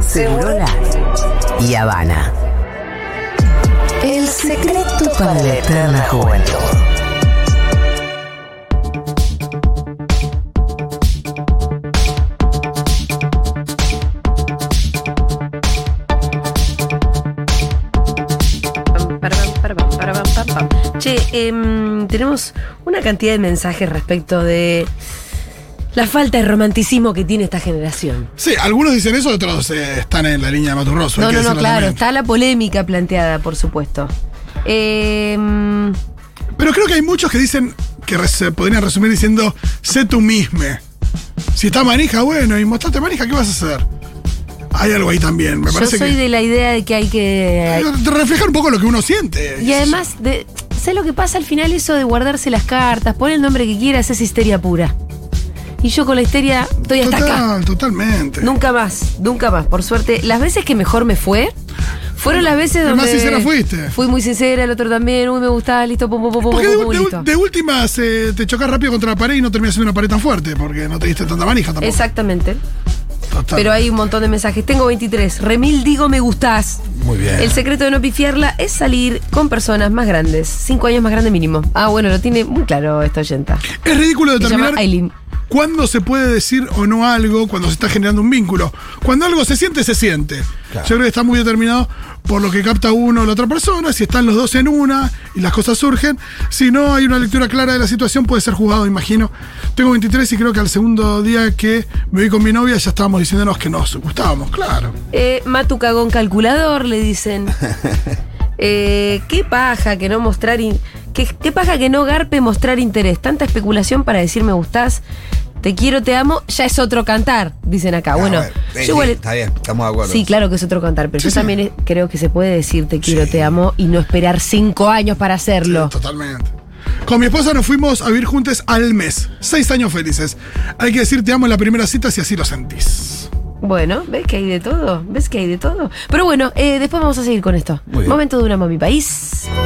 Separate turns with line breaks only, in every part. Segurola y Habana. El secreto para la eterna juventud.
Che, em, tenemos una cantidad de mensajes respecto de la falta de romanticismo que tiene esta generación.
Sí, algunos dicen eso, otros eh, están en la línea de Maturroso.
No,
hay que
no, no,
decirlo
claro,
también.
está la polémica planteada, por supuesto. Em,
Pero creo que hay muchos que dicen que res- se podrían resumir diciendo: sé tú mismo. Si está manija, bueno, y mostrate manija, ¿qué vas a hacer? Hay algo ahí también, me
yo
parece
soy
que.
de la idea de que hay que...
Eh, Refleja un poco lo que uno siente.
Y además, de, ¿sabes lo que pasa al final? Eso de guardarse las cartas, pon el nombre que quieras, es histeria pura. Y yo con la histeria estoy hasta acá.
Total, totalmente.
Nunca más, nunca más. Por suerte, las veces que mejor me fue, fueron las veces
Pero
donde.
más sincera fuiste.
Fui muy sincera, el otro también, uy, me gustaba, listo, pum, pum, pum, pum,
Porque de,
pum, pum,
de-
listo.
de última se- te chocas rápido contra la pared y no terminas siendo una pared tan fuerte, porque no te diste tanta manija tampoco.
Exactamente.
Total.
Pero hay un montón de mensajes. Tengo 23. Remil, digo, me gustás.
Muy bien.
El secreto de no pifiarla es salir con personas más grandes. Cinco años más grande mínimo. Ah, bueno, lo tiene muy claro esta oyenta.
Es ridículo
Se llama
determinar
Aileen.
cuándo se puede decir o no algo cuando se está generando un vínculo. Cuando algo se siente, se siente. Yo creo que está muy determinado por lo que capta uno o la otra persona, si están los dos en una y las cosas surgen. Si no hay una lectura clara de la situación, puede ser juzgado, imagino. Tengo 23 y creo que al segundo día que me vi con mi novia ya estábamos diciéndonos que nos gustábamos, claro.
Eh, Matu cagón calculador, le dicen. Eh, qué paja que no mostrar. in- qué, qué paja que no garpe mostrar interés. Tanta especulación para decir me gustás, te quiero, te amo, ya es otro cantar, dicen acá. bueno,
Ah, eh,
yo igual-
sí, Está bien, estamos de acuerdo.
Sí, claro que es otro cantar, pero yo también eh, creo que se puede decir te quiero, te amo y no esperar cinco años para hacerlo.
Totalmente. Con mi esposa nos fuimos a vivir juntos al mes. Seis años felices. Hay que decir te amo en la primera cita si así lo sentís.
Bueno, ¿ves que hay de todo? ¿Ves que hay de todo? Pero bueno, eh, después vamos a seguir con esto.
Muy bien.
Momento de una mami país.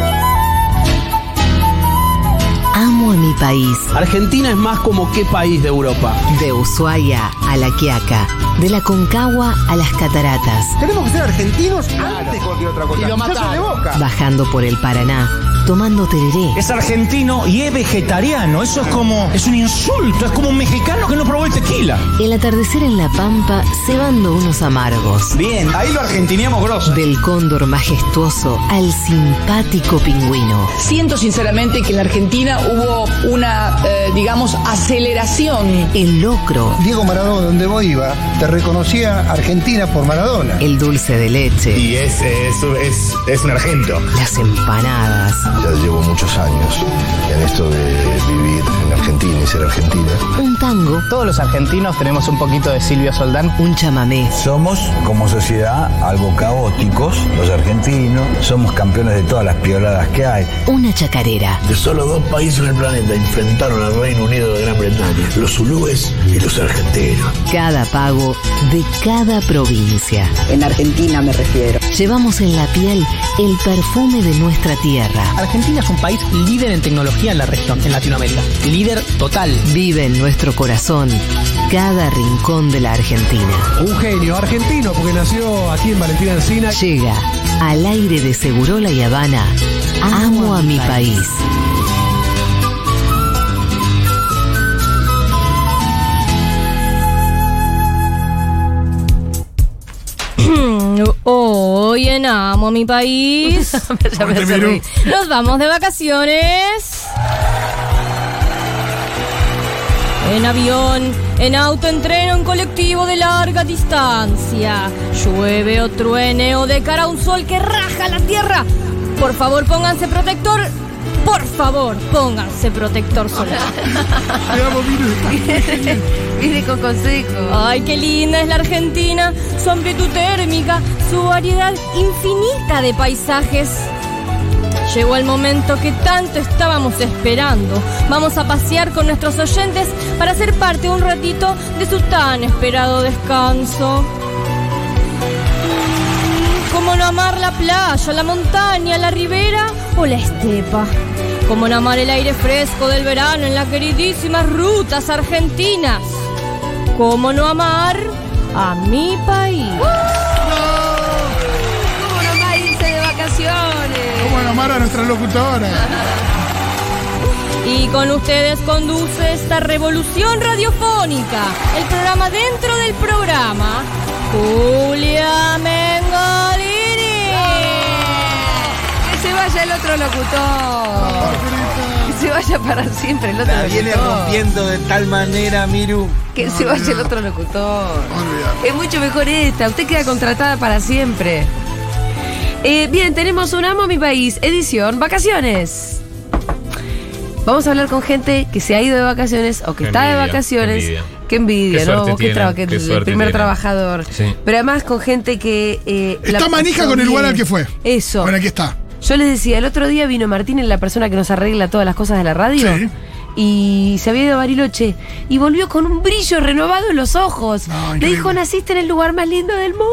Amo a mi país.
Argentina es más como qué país de Europa.
De Ushuaia a La Quiaca. De la Concagua a las Cataratas.
Tenemos que ser argentinos antes que cualquier otra cosa.
Y lo
Yo soy de
mataron.
boca.
Bajando por el Paraná. Tomando tereré.
Es argentino y es vegetariano. Eso es como. Es un insulto. Es como un mexicano que no probó el tequila.
El atardecer en La Pampa cebando unos amargos.
Bien, ahí lo argentineamos grosso.
Del cóndor majestuoso al simpático pingüino.
Siento sinceramente que en la Argentina hubo una, eh, digamos, aceleración.
El locro.
Diego Maradona, donde vos iba, te reconocía Argentina por Maradona.
El dulce de leche.
Y es, es, es, es un argento.
Las empanadas.
Ya llevo muchos años en esto de vivir en Argentina y ser argentina.
Un tango.
Todos los argentinos tenemos un poquito de Silvio Soldán.
Un chamamé.
Somos como sociedad algo caóticos, los argentinos, somos campeones de todas las pioladas que hay.
Una chacarera.
De solo dos países en el planeta enfrentaron al Reino Unido de Gran Bretaña, los zulúes y los argentinos.
Cada pago de cada provincia.
En Argentina me refiero.
Llevamos en la piel el perfume de nuestra tierra.
Argentina es un país líder en tecnología en la región, en Latinoamérica. Líder total.
Vive en nuestro corazón cada rincón de la Argentina.
Un genio argentino, porque nació aquí en Valentina Encina.
Llega al aire de Segurola y Habana. Amo a mi país.
Hoy en Amo a mi país.
Ya me
Ponte,
hace
Miru.
reír.
Nos vamos de vacaciones. En avión, en auto, en tren o en colectivo de larga distancia. Llueve o truene o de cara a un sol que raja la tierra. Por favor, pónganse protector. Por favor, pónganse protector solar.
Te amo, Miru.
Viene con consejo.
Ay, qué linda es la Argentina, su amplitud térmica, su variedad infinita de paisajes. Llegó el momento que tanto estábamos esperando. Vamos a pasear con nuestros oyentes para ser parte un ratito de su tan esperado descanso. Como no amar la playa, la montaña, la ribera o la estepa. Como no amar el aire fresco del verano en las queridísimas rutas argentinas. ¿Cómo no amar a mi país?
llamar a nuestra locutora.
Y con ustedes conduce esta revolución radiofónica, el programa dentro del programa, Julia Mengolini.
Que se vaya el otro locutor. Que se vaya para siempre el otro
La
locutor.
viene rompiendo de tal manera, Miru.
Que se vaya el otro locutor. Es mucho mejor esta. Usted queda contratada para siempre. Eh, bien, tenemos un Amo Mi País, edición vacaciones. Vamos a hablar con gente que se ha ido de vacaciones o que
Qué
está de
envidia,
vacaciones.
qué envidia.
Qué envidia,
Qué
¿no?
suerte
Vos que
tienen,
traba- que
qué
el
suerte
primer
tienen.
trabajador.
Sí.
Pero además con gente que... eh, la
Está manija
pasó
con el lugar
bien.
al que fue.
Eso.
Bueno, aquí está.
Yo les decía, el otro día vino Martín, la persona que nos arregla todas las cosas de la radio.
Sí.
Y se había ido a Bariloche y volvió con un brillo renovado en los ojos. Le
Ah, increíble.
dijo, naciste en el lugar más lindo del mundo.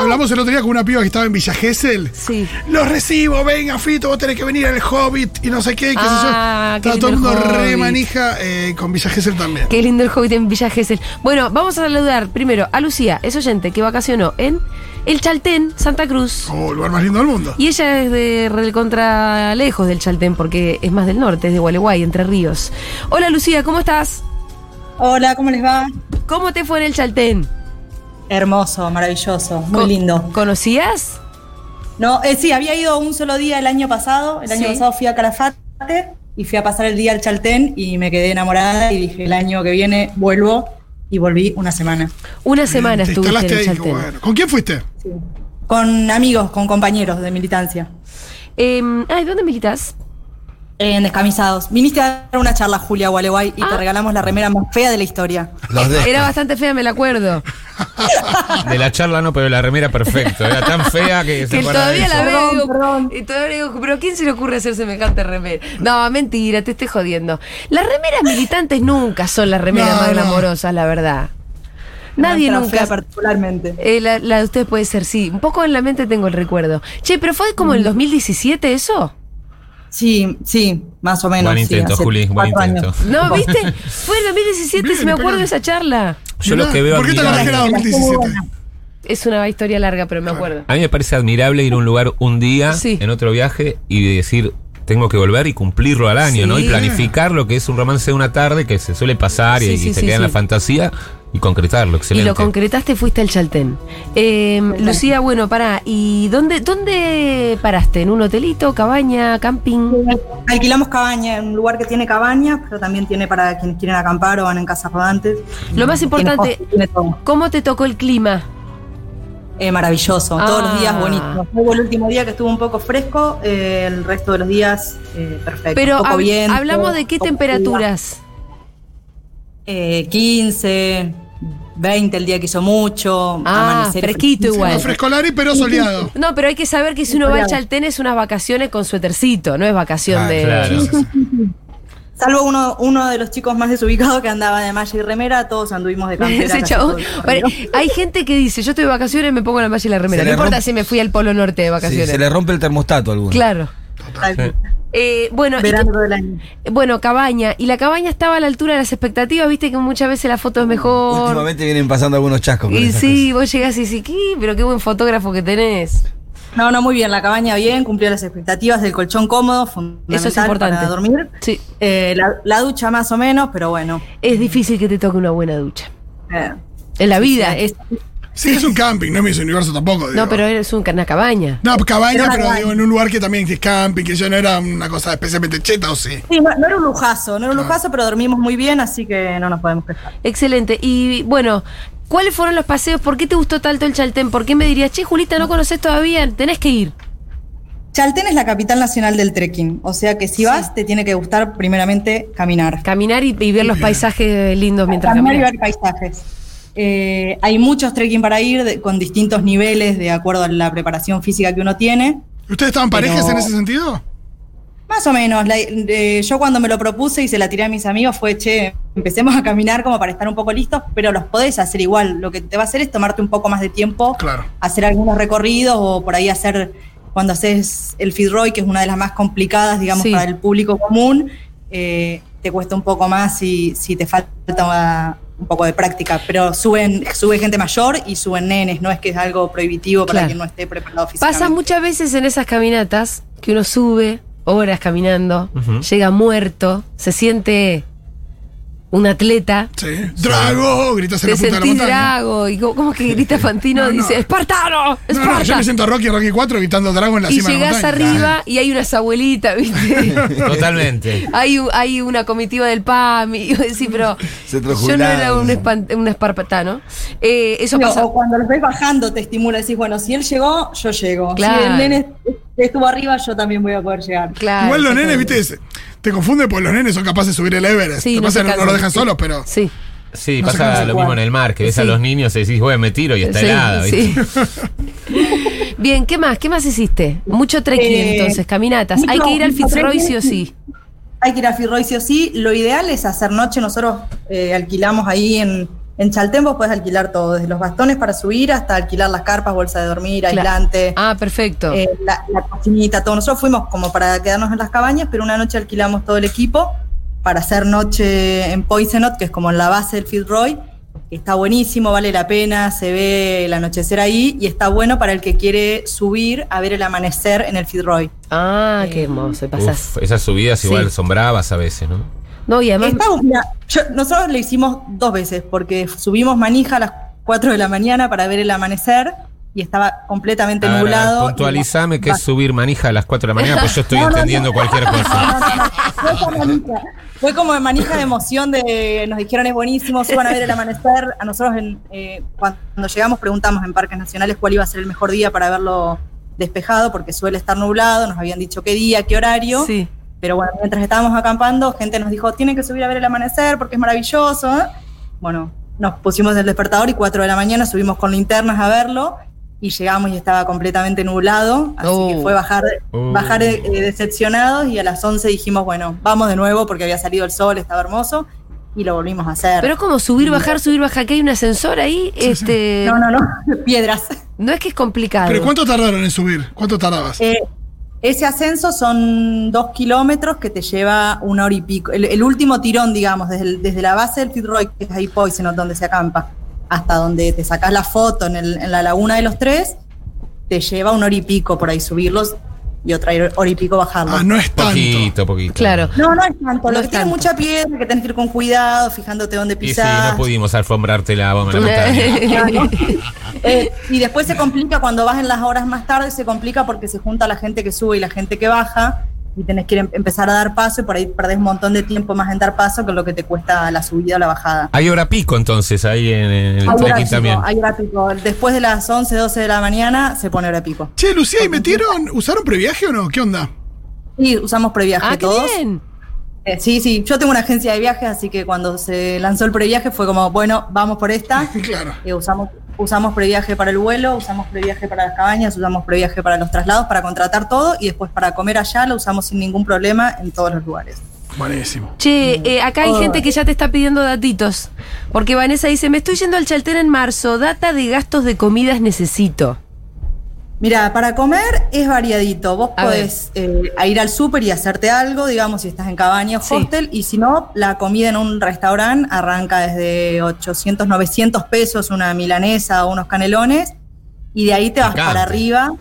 Hablamos el otro día con una piba que estaba en Villa Gesell.
Sí.
Los recibo, venga, Fito, vos tenés que venir al Hobbit y no sé qué, qué sé yo.
Ah, qué
Estaba todo el
lindo
mundo
el Hobbit.
re manija eh, con Villa Gesell también.
Qué lindo el hobbit en Villa Gesell. Bueno, vamos a saludar primero a Lucía, es oyente que vacacionó en El Chaltén, Santa Cruz.
Oh, el lugar más lindo del mundo.
Y ella es de del contra lejos del Chaltén porque es más del norte, es de Gualeguay, Entre Ríos. Hola Lucía, ¿cómo estás?
Hola, ¿cómo les va?
¿Cómo te fue en El Chaltén?
Hermoso, maravilloso, muy
Co-
lindo.
¿Conocías?
No, eh, sí, había ido un solo día el año pasado. El año
Sí.
pasado fui a Calafate y fui a pasar el día al Chaltén y me quedé enamorada y dije el año que viene vuelvo y volví una semana.
Una semana
Te
estuviste en
instalaste
El
ahí, qué
Chaltén.
bueno. ¿Con quién fuiste?
Con amigos, con compañeros de militancia.
Eh, ay, ¿dónde militas?
En eh, Descamisados. Viniste a dar una charla, Julia Gualeguay,
Ah.
y te regalamos la remera más fea de la historia.
Los de-
Era bastante fea, me la acuerdo.
De la charla no, pero de la remera perfecto. Era tan fea que se
Que
acuerda de
todavía
eso.
la veo y digo, y todavía digo, pero ¿a quién se le ocurre hacer semejante remera? No, mentira, te estoy jodiendo. Las remeras militantes nunca son las remeras
No,
más
no.
glamorosas, la verdad. Nadie
Nuestra
nunca.
fea particularmente.
Eh, la, la de ustedes puede ser, sí. Un poco en la mente tengo el recuerdo. Che, pero fue como
Mm.
el 2017 eso.
Sí, sí, más o menos.
Buen
sí,
intento,
hace
Juli, buen
cuatro
intento.
años.
No, ¿viste? Fue el 2017, si me acuerdo de esa charla.
Yo lo que veo
¿Por qué te lo
admirable-
trajeron en 2017?
Es una historia larga, pero me acuerdo.
A mí me parece admirable ir a un lugar un día,
Sí.
en otro viaje, y decir, tengo que volver y cumplirlo al año,
Sí.
¿no? Y planificar lo que es un romance de una tarde que se suele pasar y,
Sí,
y
sí,
se
sí,
queda en
sí.
la fantasía y concretarlo.
Y
Excelente.
lo concretaste, fuiste al Chaltén. Eh, Lucía, bueno, pará, ¿y dónde, dónde paraste? ¿En un hotelito, cabaña, camping?
Alquilamos cabaña, un lugar que tiene cabaña, pero también tiene para quienes quieren acampar o van en casas rodantes.
Lo más importante, ¿cómo te tocó el clima?
Eh, maravilloso, todos
Ah.
los días buenísimo. Luego el último día que estuvo un poco fresco, eh, el resto de los días eh, perfecto.
Pero
Poco
hab-
viento,
hablamos de qué
poco
temperaturas.
frío. Eh, 15, 20 el día que hizo mucho.
Ah,
amanecer
fresquito
fresquísimo.
igual.
Frescolari, pero soleado.
No, pero hay que saber que si uno va al
Claro.
Chaltén es unas vacaciones con suétercito, no es vacación
Ah,
de...
Salvo uno, uno de los chicos más desubicados que andaba de malla y remera, todos anduvimos de campera.
Ese
casi
chabón.
todo el
Bueno,
camino.
hay gente que dice, yo estoy de vacaciones, me pongo la malla y la remera.
Se
No
le
importa
rompe-
si me fui al Polo Norte de
Sí,
vacaciones.
se le rompe el termostato a alguno.
Claro. Eh, bueno, y
Verano
que- bueno, cabaña. Y la cabaña estaba a la altura de las expectativas, viste que muchas veces la foto es mejor.
Últimamente vienen pasando algunos chascos. con
Y
esas
sí, vos llegás y decís, ¿qué? Pero qué buen fotógrafo que tenés.
No, no, muy bien, la cabaña bien, cumplió las expectativas del colchón cómodo, fundamental
Eso es importante.
para dormir.
Sí.
Eh, la, la ducha más o menos, pero bueno.
Es difícil que te toque una buena ducha.
eh,
En la vida.
es-
Sí, es un camping, no es mi universo tampoco. digo.
no, pero es un- una cabaña.
No, cabaña,
Era una
pero
cabaña.
digo, en un lugar que también es camping, que yo no era una cosa especialmente cheta, ¿o sí?
sí, no, no era un lujazo, no era un lujazo, pero dormimos muy bien, así que no nos podemos quejar.
Excelente. Y bueno, ¿cuáles fueron los paseos? ¿Por qué te gustó tanto el Chaltén? ¿Por qué me dirías, che, Julita, no conoces todavía? Tenés que ir.
Chaltén es la capital nacional del trekking, o sea que si vas te tiene que gustar primeramente caminar.
Caminar y, y ver los paisajes lindos mientras
Caminar y
caminas.
ver paisajes. Eh, hay muchos trekking para ir de- con distintos niveles de acuerdo a la preparación física que uno tiene.
¿Ustedes estaban parejas
Pero-
en ese sentido?
Más o menos. la- eh, yo cuando me lo propuse y se la tiré a mis amigos fue, che, empecemos a caminar como para estar un poco listos, pero los podés hacer igual. Lo que te va a hacer es tomarte un poco más de tiempo,
Claro.
hacer algunos recorridos o por ahí hacer, cuando haces el Fitzroy, que es una de las más complicadas, digamos,
Sí.
para el público común, eh, te cuesta un poco más si, si te falta un poco de práctica. Pero suben, sube gente mayor y suben nenes, no es que es algo prohibitivo para
Claro.
quien no esté preparado físicamente.
Pasa muchas veces en esas caminatas que uno sube horas caminando,
Ujú.
llega muerto, se siente un atleta.
Drago, gritas
Te
en la punta de la
sentís
montaña.
drago. ¿Y cómo, cómo que grita Fantino?
No, no.
Dice, ¡Espartano!
No, no,
¡Esparta!
yo me siento Rocky en Rocky 4 gritando Drago en la
y
cima de la
llegás
montaña.
arriba y hay unas abuelitas, ¿viste?
Totalmente.
hay, u- hay una comitiva del PAM y yo decís, pero
Se
yo no era un, espan- un espartano. Eh, eso
No,
pasa.
O cuando los ves bajando te estimula, decís, bueno, si él llegó, yo llego.
Claro.
Si el nene estuvo arriba, yo también voy a poder llegar.
Claro.
Igual los nenes, viste, es- te confunde porque los nenes son capaces de subir el Everest.
Sí,
Lo que
no
pasa
se
es que no,
cansan,
los dejan
sí.
solos, pero.
Sí.
Sí,
No sé cómo
pasa
se
lo
juega.
mismo en el mar, que ves a
Sí.
los niños y decís, bueno, me tiro y está
Sí,
helado. ¿viste?
sí. Bien, ¿qué más? ¿Qué más hiciste? Mucho trekking
Eh,
entonces, caminatas.
mucho-
hay que ir al
mucho
Fitzroy
trekking.
sí o sí.
Hay que ir a Firroy sí o sí. Lo ideal es hacer noche. Nosotros eh, alquilamos ahí en, en Chaltén, vos podés alquilar todo, desde los bastones para subir hasta alquilar las carpas, bolsa de dormir,
Claro.
aislante,
Ah, perfecto.
eh, la, la cocinita, todo. Nosotros fuimos como para quedarnos en las cabañas, pero una noche alquilamos todo el equipo para hacer noche en Poisenot, que es como la base del Fitzroy. que Está buenísimo, vale la pena, se ve el anochecer ahí y está bueno para el que quiere subir a ver el amanecer en el Fitzroy.
ah,
eh,
qué hermoso. y Pasás.
Uf, esas subidas igual
Sí.
son bravas a veces, ¿no?
No, y además.
Está- mira, yo- nosotros lo hicimos dos veces, porque subimos manija a las 4 de la mañana para ver el amanecer y estaba completamente
A ver,
nublado.
puntualizame que
Va.
es subir manija a las 4 de la mañana, pues yo estoy
No, no, no.
entendiendo cualquier cosa.
Fue como manija. Fue como de manija de emoción de nos dijeron es buenísimo, suban a ver el amanecer. A nosotros en, eh, cuando llegamos preguntamos en parques nacionales cuál iba a ser el mejor día para verlo despejado, porque suele estar nublado, nos habían dicho qué día, qué horario.
Sí.
Pero bueno, mientras estábamos acampando, gente nos dijo, tienen que subir a ver el amanecer porque es maravilloso. ¿eh? Bueno, nos pusimos el despertador y 4 de la mañana subimos con linternas a verlo y llegamos y estaba completamente nublado, así que
Oh.
fue bajar,
Oh.
bajar eh, decepcionados y a las 11 dijimos, bueno, vamos de nuevo porque había salido el sol, estaba hermoso y lo volvimos a hacer.
Pero es como subir, bajar, subir, bajar. Que hay un ascensor ahí. este,
No, no, no, piedras.
No es que es complicado.
¿Pero cuánto tardaron en subir? ¿Cuánto tardabas?
Eh, ese ascenso son dos kilómetros que te lleva una hora y pico. El, el último tirón, digamos, desde, el- desde la base del Fitzroy, que es ahí Poisenot, donde se acampa, hasta donde te sacás la foto en, el- en la laguna de los tres, te lleva una hora y pico por ahí subirlos y otra hora y pico bajarlos.
Ah, no es tanto.
Poquito, poquito.
Claro.
No, no es tanto.
No
Lo
es
que tiene
tanto.
mucha piedra, que tenés que ir con cuidado, fijándote dónde
Y sí,
pisás.
no pudimos alfombrarte la bomba en la montaña.
Claro. Eh, y después se complica cuando vas en las horas más tarde, se complica porque se junta la gente que sube y la gente que baja y tenés que ir em- empezar a dar paso y por ahí perdés un montón de tiempo más en dar paso que lo que te cuesta la subida o la bajada.
Hay hora pico entonces ahí en el
Hay hora
trekking
pico,
también.
hay hora pico. Después de las 11, 12 de la mañana se pone hora pico.
Che, Lucía, ¿y metieron? ¿Usaron previaje o no? ¿Qué onda?
Y usamos previaje
Ah, qué
todos.
bien.
Eh, sí, sí, yo tengo una agencia de viajes, así que cuando se lanzó el previaje fue como, bueno, vamos por esta.
Claro.
Eh, usamos, usamos previaje para el vuelo, usamos previaje para las cabañas, usamos previaje para los traslados, para contratar todo y después para comer allá lo usamos sin ningún problema en todos los lugares.
Buenísimo.
Che, eh, acá hay
Oh.
gente que ya te está pidiendo datitos. Porque Vanessa dice, me estoy yendo al Chaltén en marzo, data de gastos de comidas necesito.
Mira, para comer es variadito. Vos
A
podés eh, a ir al súper y hacerte algo, digamos, si estás en cabaña o
Sí.
hostel, y si no, la comida en un restaurante arranca desde 800, 900 pesos, una milanesa o unos canelones, y de ahí te vas
Picante.
para arriba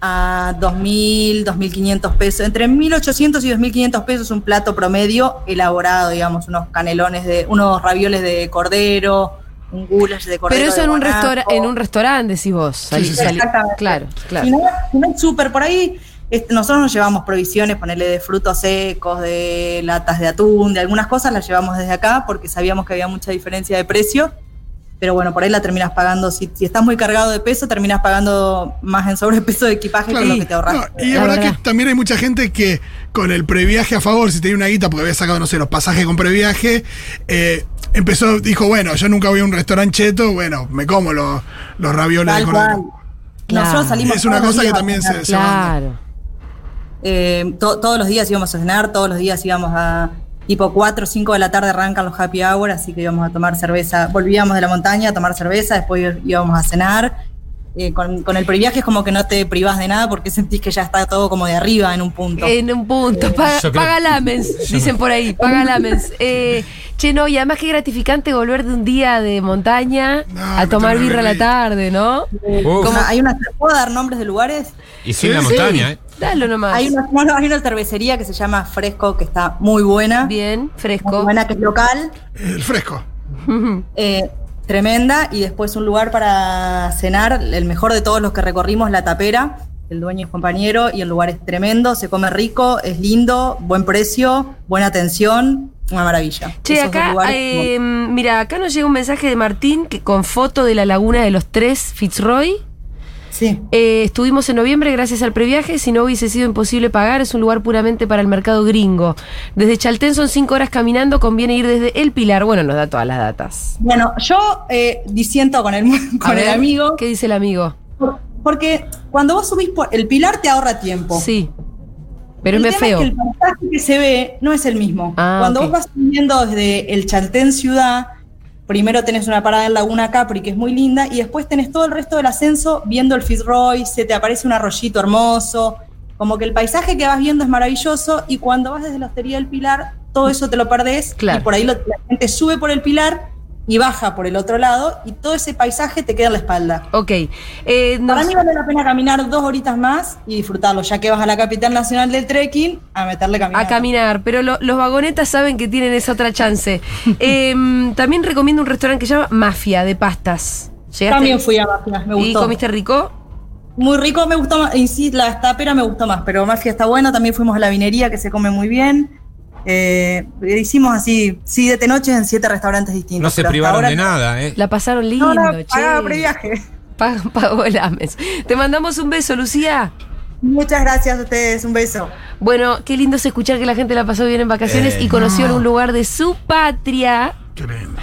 a 2.000, 2.500 pesos, entre 1.800 y 2.500 pesos un plato promedio elaborado, digamos, unos canelones de, unos ravioles de cordero, un goulash de cordero.
Pero eso
de
en un,
guanaco.
restaura- en un restaurante, decís vos. Salí-
sí, sí.
salí-
Exactamente.
Claro, claro.
Si no, si no es súper por ahí, este, nosotros nos llevamos provisiones, ponerle de frutos secos, de latas de atún, de algunas cosas, las llevamos desde acá porque sabíamos que había mucha diferencia de precio. Pero bueno, por ahí la terminas pagando. Si, si estás muy cargado de peso, terminas pagando más en sobrepeso de equipaje
Claro.
que lo que te ahorras.
No, y es verdad, que también hay mucha gente que con el previaje a favor, si tenía una guita porque había sacado, no sé, los pasajes con previaje, eh, empezó, dijo, bueno, yo nunca voy a un restaurante cheto, bueno, me como los, los ravioles
Tal
de
cual.
cordero.
Claro.
Nosotros salimos
Es una
todos los
cosa que
días a
también
cenar.
se- se manda.
Claro.
Eh, to- todos los días íbamos a cenar, todos los días íbamos a tipo 4 o 5 de la tarde arrancan los happy hour, así que íbamos a tomar cerveza, volvíamos de la montaña a tomar cerveza, después íbamos a cenar eh, con, con, el previaje es como que no te privás de nada porque sentís que ya está todo como de arriba en un punto.
En un
Eh,
punto. Paga, creo, paga lamens, dicen por ahí, paga lamens. Eh, che, no, y además qué gratificante volver de un día de montaña no, a tomar birra a la tarde, ¿no?
Como, hay una, ¿Puedo dar nombres de lugares?
Y sí, en la montaña, sí. ¿eh?
Dalo nomás.
Hay una, no, hay una cervecería que se llama Fresco, que está muy buena.
Bien, Fresco. Muy
buena, que es local.
El Fresco.
eh, tremenda y después un lugar para cenar, el mejor de todos los que recorrimos, La Tapera, el dueño es compañero y el lugar es tremendo, se come rico, es lindo, buen precio, buena atención. Una maravilla.
Che, Esos acá, eh, como... mira, acá nos llega un mensaje de Martín que con foto de la laguna de los tres Fitzroy.
Sí.
Eh, estuvimos en noviembre gracias al previaje, si no hubiese sido imposible pagar, es un lugar puramente para el mercado gringo. Desde Chaltén son cinco horas caminando, conviene ir desde El Pilar. Bueno, nos da todas las datas.
Bueno, yo eh, disiento con el, con ver, el amigo.
¿Qué dice el amigo?
Porque cuando vos subís por El Pilar te ahorra tiempo.
Sí. Pero el es tema feo.
Es que el paisaje que se ve no es el mismo. Ah, cuando okay. vos vas subiendo desde el Chaltén ciudad, primero tenés una parada en Laguna Capri, que es muy linda, y después tenés todo el resto del ascenso viendo el Fitzroy, se te aparece un arroyito hermoso, como que el paisaje que vas viendo es maravilloso, y cuando vas desde la hostería del Pilar, todo eso te lo perdés,
claro.
y por ahí lo, la gente sube por el Pilar y baja por el otro lado, y todo ese paisaje te queda en la espalda.
Ok.
Eh, nos... Para mí vale la pena caminar dos horitas más y disfrutarlo, ya que vas a la capital nacional del trekking a meterle caminar.
A caminar, pero lo, los vagonetas saben que tienen esa otra chance. eh, también recomiendo un restaurante que se llama Mafia de Pastas.
¿Llegaste? También fui a Mafia, me gustó.
¿Y comiste rico?
Muy rico, me gustó más. Insisto, la tapera me gustó más, pero Mafia está buena. También fuimos a la vinería, que se come muy bien. Eh, hicimos así siete noches en siete restaurantes distintos.
No se privaron ahora, de nada, ¿eh?
La pasaron lindo, no, no,
Pagaba previaje.
Pagó el AMES. Te mandamos un beso, Lucía.
Muchas gracias a ustedes, un beso.
Bueno, qué lindo es escuchar que la gente la pasó bien en vacaciones eh, y conoció no. un lugar de su patria.
Qué lindo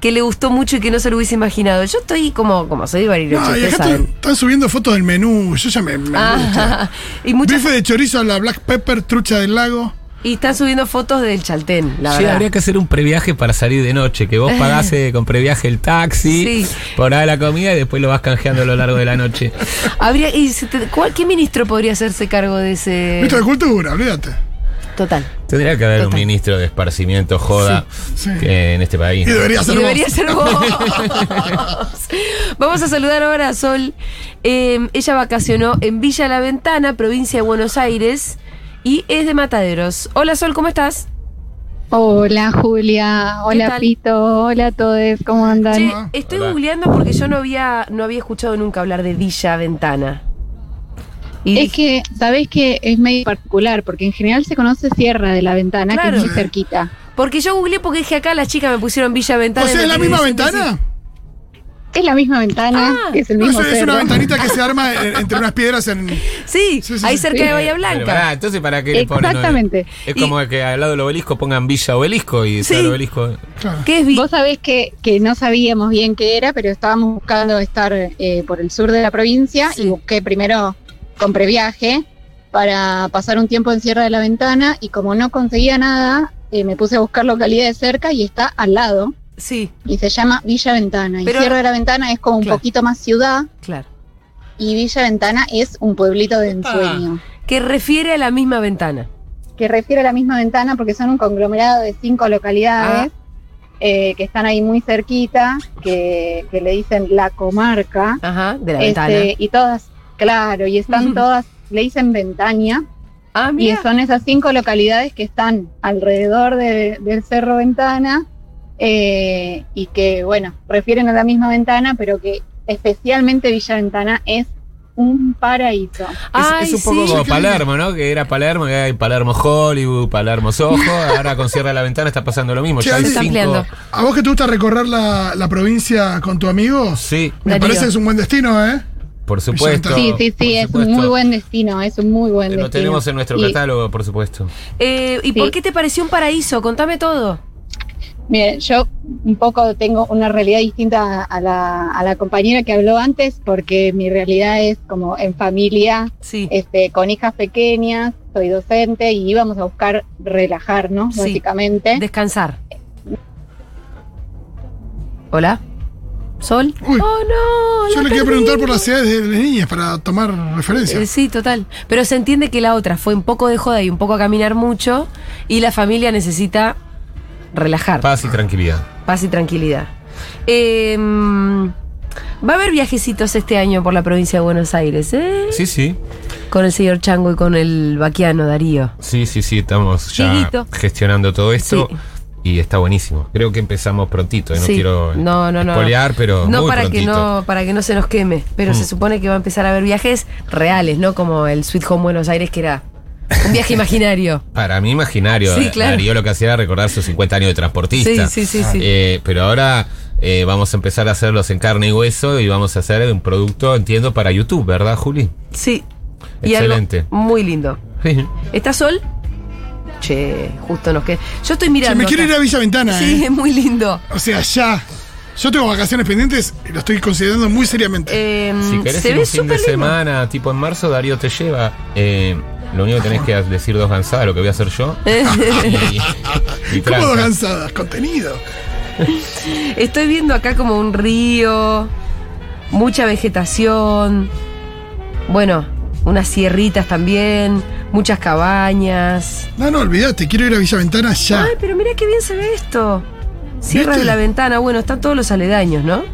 que le gustó mucho y que no se lo hubiese imaginado. Yo estoy como, como soy de Bariloche. No, y
acá están, están, subiendo fotos del menú. Yo ya me, me
Ah,
gusta. y muchas... Bife de chorizo a la black pepper, trucha del lago.
Y están subiendo fotos del Chaltén, la
sí,
verdad.
habría que hacer un previaje para salir de noche, que vos pagás eh, con previaje el taxi, sí. por ahí la comida y después lo vas canjeando a lo largo de la noche.
habría y se te, ¿cuál, ¿Qué ministro podría hacerse cargo de ese...?
Ministro de Cultura, olvídate.
Total.
Tendría que haber Total. un ministro de esparcimiento joda sí, sí. Que en este país.
Y debería ser, y vos.
Debería ser vos. Vamos a saludar ahora a Sol. Eh, ella vacacionó en Villa La Ventana, provincia de Buenos Aires, y es de Mataderos. Hola Sol, ¿cómo estás?
Hola Julia, hola Pito, hola a todos, ¿cómo andan? Che,
estoy hola. googleando porque yo no había, no había escuchado nunca hablar de Villa Ventana.
Y es que, sabés que es medio particular, porque en general se conoce Sierra de la Ventana, claro. que es muy cerquita.
Porque yo googleé porque dije acá las chicas me pusieron Villa Ventana.
¿O sea, es la misma ventana?
Es la misma ventana, ah, es el mismo
no, Es una ventanita que se arma entre unas piedras en...
Sí, sí, sí ahí sí, cerca de Bahía Blanca.
Pará, entonces, ¿para qué
Exactamente.
Le ponen, no? es y, como que al lado del obelisco pongan Villa Obelisco y está el obelisco...
Claro. ¿Qué es Vos sabés que, que, no sabíamos bien qué era, pero estábamos buscando estar eh, por el sur de la provincia y busqué primero con previaje para pasar un tiempo en Sierra de la Ventana y como no conseguía nada, eh, me puse a buscar localidades cerca y está al lado.
Sí.
Y se llama Villa Ventana. Pero, y Sierra de la Ventana es como claro, un poquito más ciudad.
Claro.
Y Villa Ventana es un pueblito de ensueño.
Que refiere a la misma ventana.
Que refiere a la misma ventana porque son un conglomerado de cinco localidades ah. eh, que están ahí muy cerquita, que, que le dicen la comarca.
Ajá, de la este, ventana.
Y todas, claro, y están uh -huh. todas, le dicen Ventaña.
Ah,
y son esas cinco localidades que están alrededor de, del Cerro Ventana. Eh, y que, bueno, refieren a la misma ventana, pero que especialmente Villa Ventana es un paraíso.
Ay, es, es, un poco
sí.
como Palermo, ¿no? Que era Palermo, que hay Palermo Hollywood, Palermo Soho, ahora con Sierra de la Ventana está pasando lo mismo.
Sí, ya hay cinco... ¿A vos que te gusta recorrer la, la provincia con tu amigo?
Sí.
Me Darío. parece que es un buen destino, ¿eh?
Por supuesto.
Sí, sí, sí, es un muy buen destino, es un muy buen
que
destino.
Lo tenemos en nuestro y, catálogo, por supuesto.
Eh, ¿Y sí. por qué te pareció un paraíso? Contame todo.
Mire, yo un poco tengo una realidad distinta a la, a la, compañera que habló antes, porque mi realidad es como en familia,
sí.
este, con hijas pequeñas, soy docente y íbamos a buscar relajarnos, sí. ¿eh? básicamente.
Descansar. Hola. Sol. Oh,
Uy.
no.
Yo
la
le quería
perdí.
preguntar por las ciudades de las niñas para tomar referencia.
Eh, sí, total. Pero se entiende que la otra fue un poco de joda y un poco a caminar mucho y la familia necesita relajar,
Paz y tranquilidad.
paz y tranquilidad. Eh, va a haber viajecitos este año por la provincia de Buenos Aires, ¿eh?
Sí, sí.
Con el señor Chango y con el vaquiano Darío.
Sí, sí, sí, estamos ya
Dieguito.
gestionando todo esto.
Sí.
Y está buenísimo. Creo que empezamos prontito. eh, No
Sí.
quiero
no, no, no.
spoilear, pero
no
muy
para
prontito.
que no para que no se nos queme, pero
Mm.
se supone que va a empezar a haber viajes reales, no como el Sweet Home Buenos Aires que era un viaje imaginario.
Para mí imaginario.
Sí, claro.
Darío lo que hacía era recordar sus 50 años de transportista.
Sí, sí, sí, sí.
Eh, pero ahora eh, vamos a empezar a hacerlos en carne y hueso y vamos a hacer un producto, entiendo, para YouTube, ¿verdad, Juli?
Sí. Y algo
Excelente.
muy lindo.
Sí.
¿Está sol? Che, justo nos que. Yo estoy
Se
mirando.
me quiere ir
acá.
a Villa Ventana,
Sí,
eh.
es muy lindo.
O sea, ya. Yo tengo vacaciones pendientes y lo estoy considerando muy seriamente.
Eh,
Si querés
se
ir
ve
un fin de
súper lindo.
semana, tipo en marzo, Darío te lleva. Eh, lo único que tenés que decir dos gansadas, lo que voy a hacer yo.
Eh.
Y, y
¿Cómo dos
tranca.
cansadas? Contenido.
Estoy viendo acá como un río, mucha vegetación, bueno, unas sierritas también, muchas cabañas.
No, no, olvídate, quiero ir a Villa Ventana ya.
Ay, pero mira qué bien se ve esto. Cierras
Ah. ¿Viste?
la ventana, bueno, están todos los aledaños, ¿no?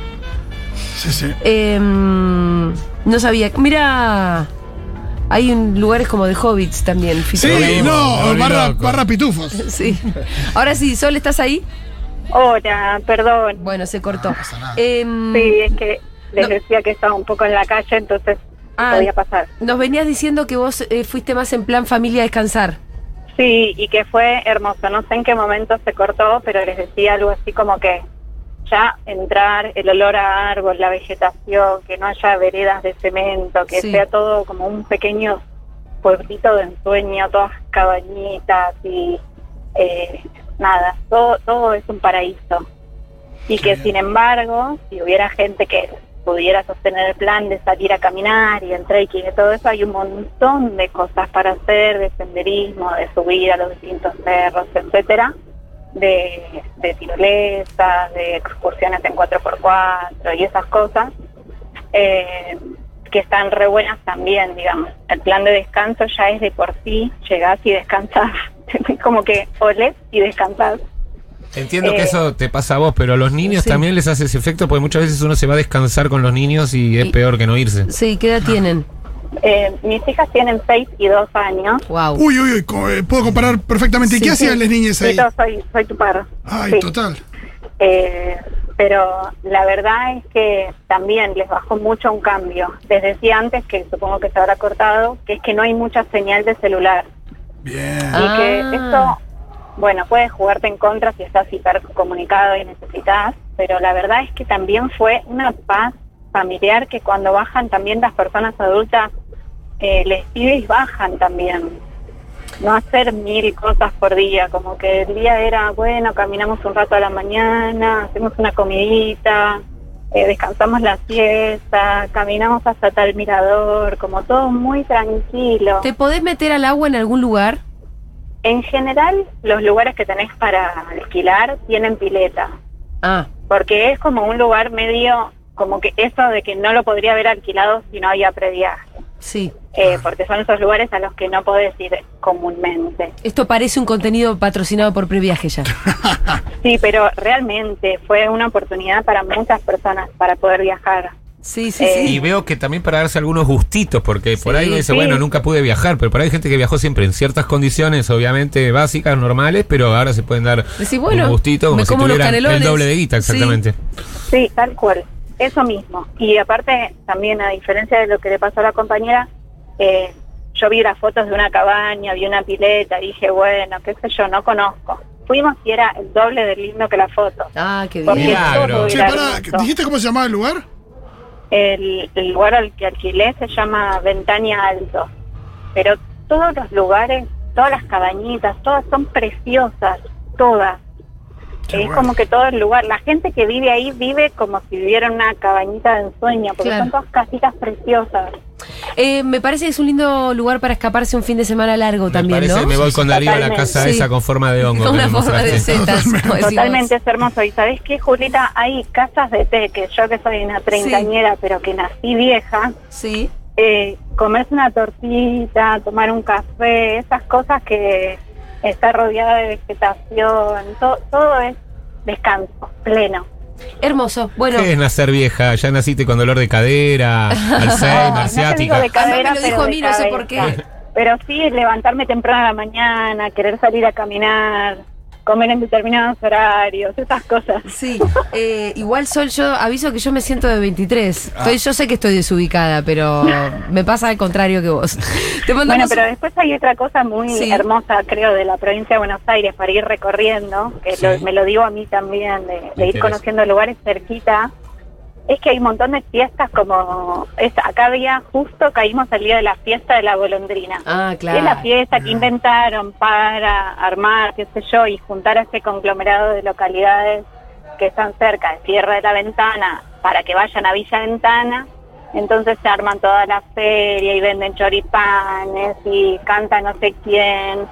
Sí, sí.
Em, no sabía. Mira, hay un- lugares como de hobbits también. Fito.
Sí, no,
volví
barra,
loco.
barra pitufos.
Sí. Ahora sí, Sol, ¿estás ahí?
Hola, perdón.
Bueno, se cortó. Em,
sí, es que les decía que estaba un poco en la calle, entonces
Ah.
no podía pasar.
Nos venías diciendo que vos eh, fuiste más en plan familia a descansar.
Sí, y que fue hermoso. No sé en qué momento se cortó, pero les decía algo así como que ya entrar, el olor a árbol, la vegetación, que no haya veredas de cemento, que
Sí.
sea todo como un pequeño pueblito de ensueño, todas cabañitas y eh, nada, todo, todo es un paraíso. Y que sin embargo, si hubiera gente que pudiera sostener el plan de salir a caminar y en trekking y todo eso, hay un montón de cosas para hacer, de senderismo, de subir a los distintos cerros, etcétera, de, de tirolesas, de excursiones en 4x4 y esas cosas, eh, que están re buenas también, digamos. El plan de descanso ya es de por sí, llegás y descansás, como que olés y descansás.
Entiendo que
Eh,
eso te pasa a vos, pero a los niños también les hace ese efecto porque muchas veces uno se va a descansar con los niños y es peor que no irse.
Sí, ¿qué edad tienen?
Eh, mis hijas tienen 6 y 2 años.
Wow.
Uy, uy, uy, co- eh, puedo comparar perfectamente. ¿Y
Sí,
qué hacían
sí.
las niñas ahí?
Yo soy, soy tu par.
Ay,
Sí.
total.
Eh, pero la verdad es que también les bajó mucho un cambio. Les decía antes, que supongo que se habrá cortado, que es que no hay mucha señal de celular.
Bien.
Y que esto, bueno, puede jugarte en contra si estás hipercomunicado y necesitas, pero la verdad es que también fue una paz familiar que cuando bajan también las personas adultas, eh, les pibes bajan también. No hacer mil cosas por día, como que el día era, bueno, caminamos un rato a la mañana, hacemos una comidita, eh, descansamos la siesta, caminamos hasta tal mirador, como todo muy tranquilo.
¿Te podés meter al agua en algún lugar?
En general, los lugares que tenés para alquilar tienen pileta,
Ah,
porque es como un lugar medio, como que eso de que no lo podría haber alquilado si no había previaje,
sí.
eh, porque son esos lugares a los que no podés ir comúnmente.
Esto parece un contenido patrocinado por Previaje ya.
Sí, pero realmente fue una oportunidad para muchas personas para poder viajar.
Sí,
Eh, Y veo que también para darse algunos gustitos, porque por ahí uno dice,
Sí.
bueno, nunca pude viajar, pero por ahí hay gente que viajó siempre en ciertas condiciones, obviamente básicas, normales, pero ahora se pueden dar
Decís, bueno,
un gustito
me
como si
como los
tuvieran el
canelones.
doble de guita,
Sí.
exactamente.
Sí, tal cual. Eso mismo. Y aparte, también a diferencia de lo que le pasó a la compañera, eh, yo vi las fotos de una cabaña, vi una pileta, dije, bueno, qué sé yo, no conozco. Fuimos y era el doble de lindo que la foto.
Ah, qué
Porque todo
Che,
era
pará,
hermoso.
¿dijiste cómo se llamaba el lugar?
El, el lugar al que alquilé se llama Ventania Alto. Pero todos los lugares, todas las cabañitas, todas son preciosas, todas. es
bueno.
como que todo el lugar, la gente que vive ahí vive como si viviera en una cabañita de ensueño, porque
Claro.
son todas casitas preciosas.
Eh, me parece que es un lindo lugar para escaparse un fin de semana largo también,
Parece
¿no?
me voy con Darío a la
Totalmente.
casa
Sí.
esa con forma de hongo.
Con
que
una
me
forma de
mostraste.
setas. como decís
Totalmente es hermoso. Y sabes qué, Julita, hay casas de té, que yo que soy una treintañera, pero que nací vieja,
vos. Sí.
eh, comerse una tortita, tomar un café, esas cosas que está rodeada de vegetación, to- todo es descanso pleno.
Hermoso. Bueno.
¿Qué es nacer vieja? Ya naciste con dolor de cadera, Alzheimer,
Ah, No, no te digo
asiática.
de cadera,
Además me lo
pero
dijo a
de
mí, no sé por
cabeza.
qué.
Pero sí, levantarme temprano a la mañana, querer salir a caminar, comer en determinados horarios, esas cosas.
Sí, eh, igual Sol, yo aviso que yo me siento de 23.
Ah.
Estoy- yo sé que estoy desubicada, pero me pasa al contrario que vos. Te
Bueno,
mandamos
pero después hay otra cosa muy
Sí.
hermosa, creo, de la provincia de Buenos Aires para ir recorriendo, que
Sí.
lo- me lo digo a mí también, de, de ir
interesa.
conociendo lugares cerquita. Es que hay un montón de fiestas como esta. Acá había, justo caímos al día de la fiesta de la golondrina.
Ah,
Que Es la fiesta que inventaron para armar, qué sé yo, y juntar a ese conglomerado de localidades que están cerca de Sierra de la Ventana para que vayan a Villa Ventana. Entonces se arman toda la feria y venden choripanes y canta no sé quién.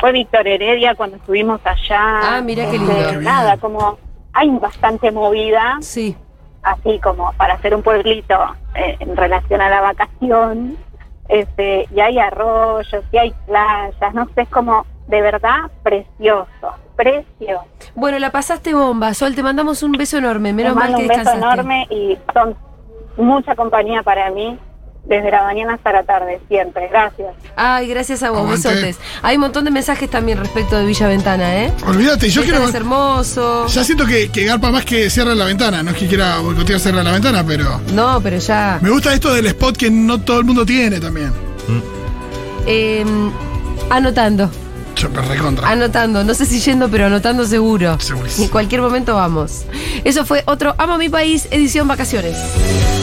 Fue Víctor Heredia cuando estuvimos allá.
Ah, mira qué
Este,
lindo. Qué
Nada, como hay bastante movida.
Sí.
Así como para hacer un pueblito eh, en relación a la vacación. Este, y hay arroyos, y hay playas, no sé, es como de verdad precioso, precioso.
Bueno, la pasaste bomba, Sol, te mandamos un beso enorme, menos
Les
mal
mando
que
un beso
descansaste.
enorme y son mucha compañía para mí, desde la mañana hasta la tarde, siempre. Gracias.
Ay, gracias a vos,
Aguante.
besotes. Hay un montón de mensajes también respecto de Villa Ventana, ¿eh?
Olvídate, yo
Ventana
quiero-
es hermoso.
Ya siento que, que garpa más que cierra la ventana. No es que quiera boicotear cierra la ventana, pero.
No, pero ya.
Me gusta esto del spot que no todo el mundo tiene también.
Eh, anotando,
Yo me recontra.
anotando. No sé si yendo, pero anotando seguro.
Segurísimo.
En cualquier momento vamos. Eso fue otro Amo a mi país, edición vacaciones.